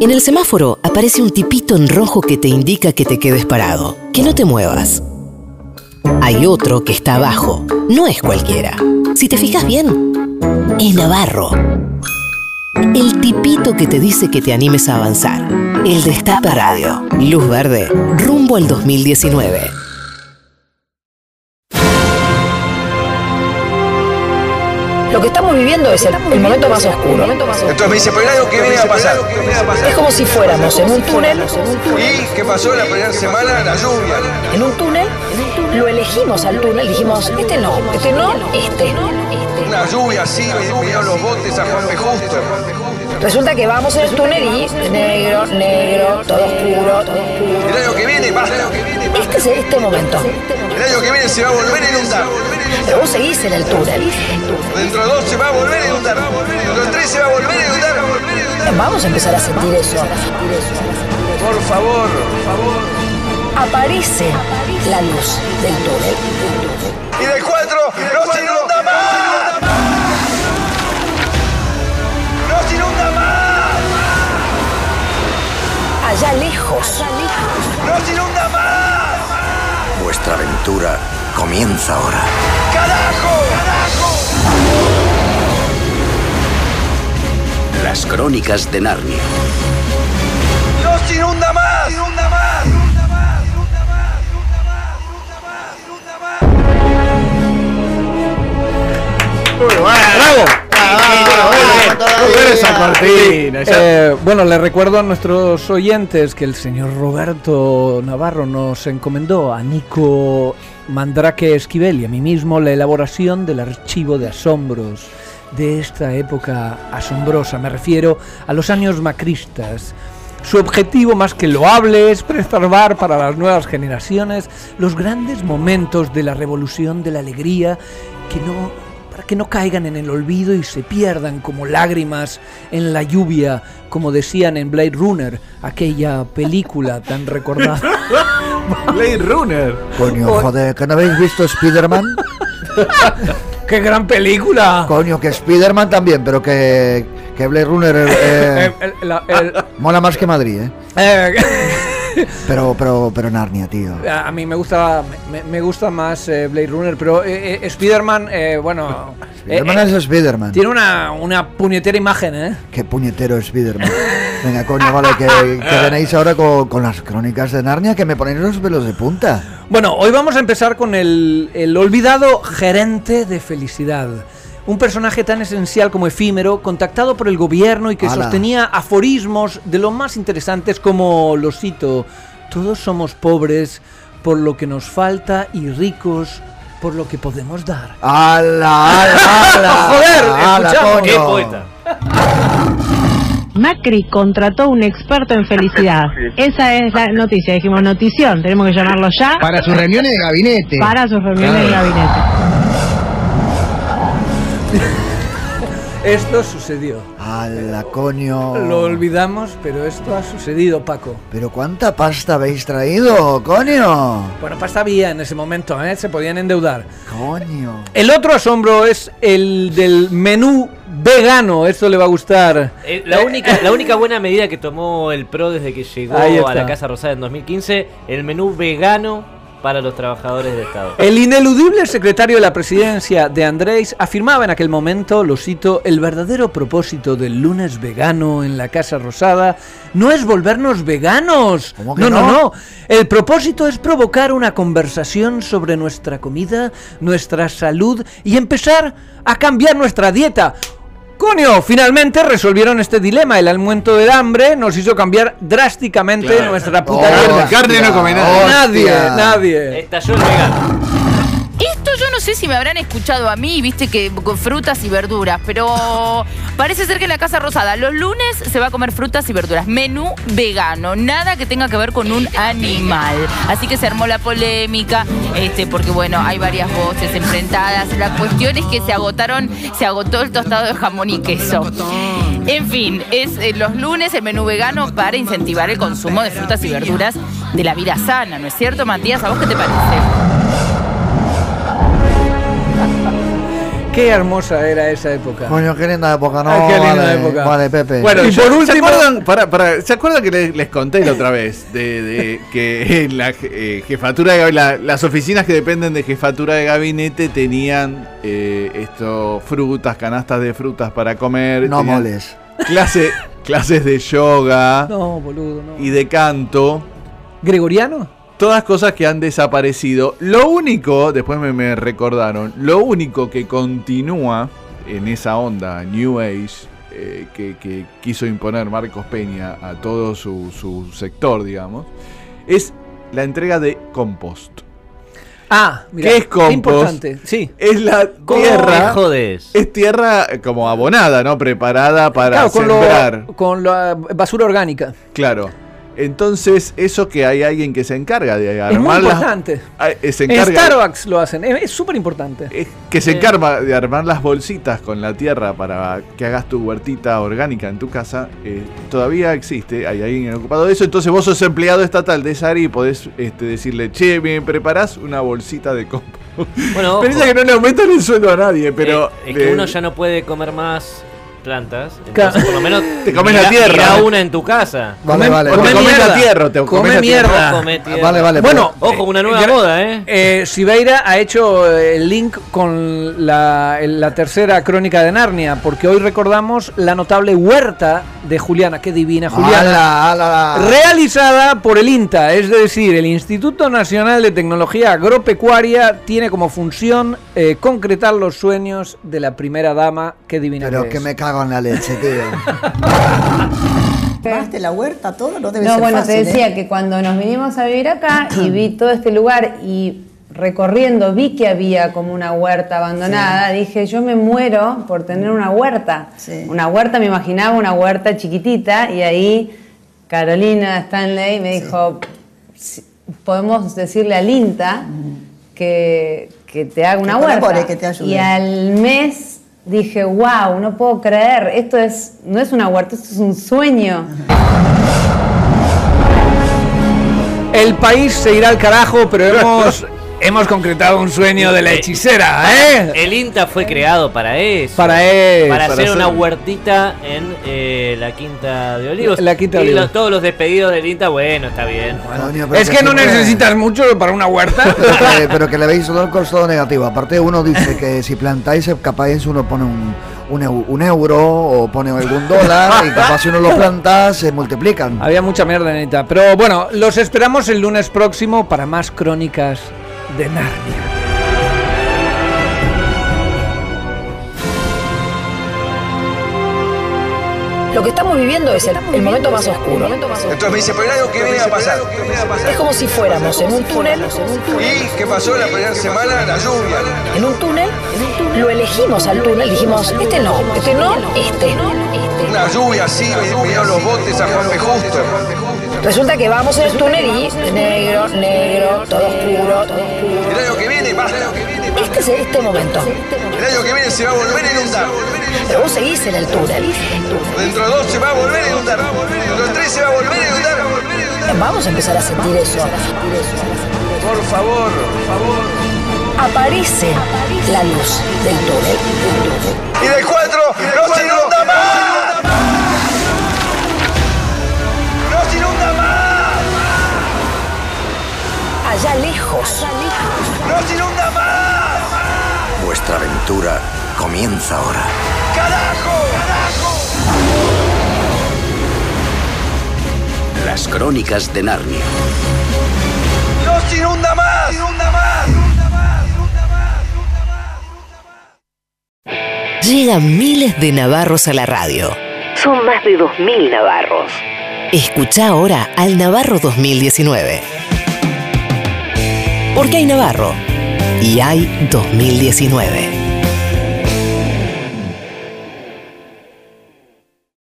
En el semáforo aparece un tipito en rojo que te indica que te quedes parado, que no te muevas. Hay otro que está abajo, no es cualquiera. Si te fijas bien, es Navarro. El tipito que te dice que te animes a avanzar. El Destape Radio. Luz Verde. Rumbo al 2019. Lo que estamos viviendo es el, el momento más oscuro. Entonces me dice, pero hay algo que viene a pasar. Es como si fuéramos en un túnel, ¿Y qué pasó la primera semana? La lluvia. en un túnel, lo elegimos al túnel, dijimos, este no, este no, este. Una lluvia así, miraron los botes a Juan P. Justo. Resulta que vamos en el túnel y negro, negro, todo oscuro, todo oscuro. El año que viene, basta. Este es este momento. El año que viene se va a volver a inundar. Pero vos seguís en el túnel. Dentro de dos se va a volver a inundar. Dentro de tres se va a volver a inundar. Vamos a empezar a sentir eso. Por favor. Aparece la luz del túnel. Y del cuatro, no se inunda más. No se inunda más. Allá lejos. No se inunda más. Vuestra aventura comienza ahora. Carajo. Carajo. Las crónicas de Narnia. ¡No se inunda más! ¡Inunda más! Eh, bueno, le recuerdo a nuestros oyentes que el señor Roberto Navarro nos encomendó a Nico Mandrake Esquivel y a mí mismo la elaboración del archivo de asombros de esta época asombrosa. Me refiero a los años macristas. Su objetivo más que loable es preservar para las nuevas generaciones los grandes momentos de la revolución de la alegría que no, para que no caigan en el olvido y se pierdan como lágrimas en la lluvia, como decían en Blade Runner, aquella película tan recordada. Blade Runner. Coño, joder, ¿que no habéis visto Spider-Man? ¡Qué gran película! Coño, que Spider-Man también, pero que, que Blade Runner eh, Eh, el- la- el- mola más que Madrid, ¿eh? eh, Pero, pero, pero Narnia, tío. A a mí me gusta, me, me gusta más eh, Blade Runner, pero eh, eh, Spider-Man, eh, bueno. Spider-Man eh, es eh, Spider-Man. tiene una, una puñetera imagen, ¿eh? Qué puñetero Spider-Man. Venga, coño, vale, que, que venéis ahora con, con las crónicas de Narnia que me ponéis los pelos de punta. Bueno, hoy vamos a empezar con el, el olvidado gerente de felicidad. Un personaje tan esencial como efímero, contactado por el gobierno y que Ala. sostenía aforismos de los más interesantes como, lo cito, todos somos pobres por lo que nos falta y ricos por lo que podemos dar. ¡Hala, ala, ala! Joder, escuchamos. coño! ¡Qué poeta! Macri contrató un experto en felicidad. Esa es la noticia, dijimos notición, tenemos que llamarlo ya Para sus reuniones de gabinete. para sus reuniones de gabinete. Esto sucedió. ¡Hala, coño! Lo olvidamos, pero esto ha sucedido, Paco. ¿Pero cuánta pasta habéis traído, coño? Bueno, pasta había en ese momento, ¿eh? se podían endeudar. ¡Coño! El otro asombro es el del menú vegano. Esto le va a gustar. Eh, la, única, la única buena medida que tomó el PRO desde que llegó Ahí a está. la Casa Rosada en 2015, el menú vegano para los trabajadores de Estado. El ineludible secretario de la presidencia de Andrés afirmaba en aquel momento, lo cito, el verdadero propósito del lunes vegano en la Casa Rosada no es volvernos veganos. ¿Cómo que no, no, no? no. El propósito es provocar una conversación sobre nuestra comida, nuestra salud y empezar a cambiar nuestra dieta. Coño, finalmente resolvieron este dilema. El aumento del hambre nos hizo cambiar drásticamente nuestra puta Oh, dieta. carne no come nada. hostia. Nadie, nadie. Estalló el vegano. Esto yo no sé si me habrán escuchado a mí, viste que con frutas y verduras, pero parece ser que en la Casa Rosada los lunes se va a comer frutas y verduras, menú vegano, nada que tenga que ver con un animal. Así que se armó la polémica, este, porque bueno, hay varias voces enfrentadas. La cuestión es que se agotaron, se agotó el tostado de jamón y queso. En fin, es eh, los lunes el menú vegano para incentivar el consumo de frutas y verduras de la vida sana, ¿no es cierto, Matías? ¿A vos qué te parece? Qué hermosa era esa época. Coño, qué linda época, ¿no? Ay, qué linda vale, época. Vale, Pepe. Bueno, Bueno, Y yo- por ¿se último- acuerdan, para, para- ¿se acuerdan que les, les conté la otra vez de, de que en la eh, jefatura de gabi- la- las oficinas que dependen de jefatura de gabinete tenían eh, esto, frutas, canastas de frutas para comer, no tenían moles. clase- clases de yoga No, boludo, no. y de canto, ¿Gregoriano? todas cosas que han desaparecido. Lo único, después me, me recordaron, lo único que continúa en esa onda New Age eh, que, que quiso imponer Marcos Peña a todo su, su sector, digamos, es la entrega de compost. Ah, mira. ¿Qué es compost? Importante, sí. Es la ¿Cómo me tierra. jodes? Es tierra eh, como abonada, ¿no? Preparada para Claro, con, lo- sembrar. con la basura orgánica. Claro. Entonces, eso que hay alguien que se encarga de es muy armar las- importante. ah, eh, se En encarga- Starbucks lo hacen, es es súper importante. Es que se encarga de armar las bolsitas con la tierra para que hagas tu huertita orgánica en tu casa, eh, todavía existe, hay alguien ocupado de eso, entonces vos sos empleado estatal de Sari y podés este, decirle, che, me preparás una bolsita de compost. Bueno, ojo, Piensa que no le aumentan el sueldo a nadie, pero... eh, es que eh, uno ya no puede comer más plantas. Claro. Entonces, por lo menos Te comes la mirá- tierra. mirá una en tu casa. Vale, vale. o te come vale. comes la mierda. tierra, te Come comes la tierra. mierda. No come tierra. Vale, vale. Bueno, pero- Ojo, una nueva gra- moda, ¿eh? Eh, Sibeira ha hecho eh, el link con la, el- la tercera crónica de Narnia, porque hoy recordamos la notable huerta de Juliana, qué divina Juliana, Ala, ala, ala. realizada por el INTA, es decir, el Instituto Nacional de Tecnología Agropecuaria tiene como función eh, concretar los sueños de la primera dama, qué divina Pero que que es. me cago en la leche, tío. ¿Pagaste la huerta todo? No debe No, ser bueno, fácil, te ¿eh? decía que cuando nos vinimos a vivir acá y vi todo este lugar y recorriendo vi que había como una huerta abandonada, dije, yo me muero por tener una huerta. Sí. Una huerta, me imaginaba una huerta chiquitita y ahí Carolina Stanley me dijo, "Si- podemos decirle al INTA que, que te haga una colabore, huerta. Mm. que te ayude. Y al mes dije, wow, no puedo creer, esto es, no es una huerta, esto es un Ah. sueño. El país se irá al carajo, pero hemos, hemos concretado un sueño de la hechicera, ¿eh? El INTA fue creado para eso. Para él. para, hacer hacer- una huertita en eh, la Quinta de Olivos. La Quinta de y Olivos. los- todos los despedidos del INTA, bueno, está bien. Coño, pero Es que no siempre- necesitas mucho para una huerta. Pero que, pero que le veis todo el costo negativo. Aparte, uno dice que si plantáis, capaz uno pone un, un, eu- un euro o pone algún dólar y capaz si uno lo planta, se multiplican. Había mucha mierda, Anita. Pero bueno, los esperamos el lunes próximo para más crónicas de Narnia. Lo que estamos viviendo es el, el momento más oscuro. Entonces me dice, pero algo que viene a pasar. Es como si fuéramos en un túnel, ¿Y qué pasó la primera semana? La lluvia. en un túnel, lo elegimos al túnel, dijimos, este no, este no, este. Una lluvia así, vino los botes a Juan P. Justo. Resulta que vamos en el túnel y negro, negro, todo oscuro, todo oscuro. El año que viene, basta. Este es este momento. El año que viene se va a volver a inundar. Pero vos seguís en el túnel. Dentro de dos se va a volver a inundar. Dentro de tres se va a volver a inundar. Vamos a empezar a sentir eso. Por favor, por favor. Aparece la luz del túnel. Y del cuatro, no se inunda más. No se inunda más. Allá lejos. No se inunda más. Vuestra aventura comienza ahora. ¡Carajo! ¡Carajo! Las crónicas de Narnia. ¡No se inunda más! ¡Inunda más! ¡Inunda más! ¡Inunda más! ¡Inunda más! Llegan miles de navarros a la radio. Son más de 2.000 navarros. Escucha ahora al Navarro 2019. Porque hay Navarro y hay 2019.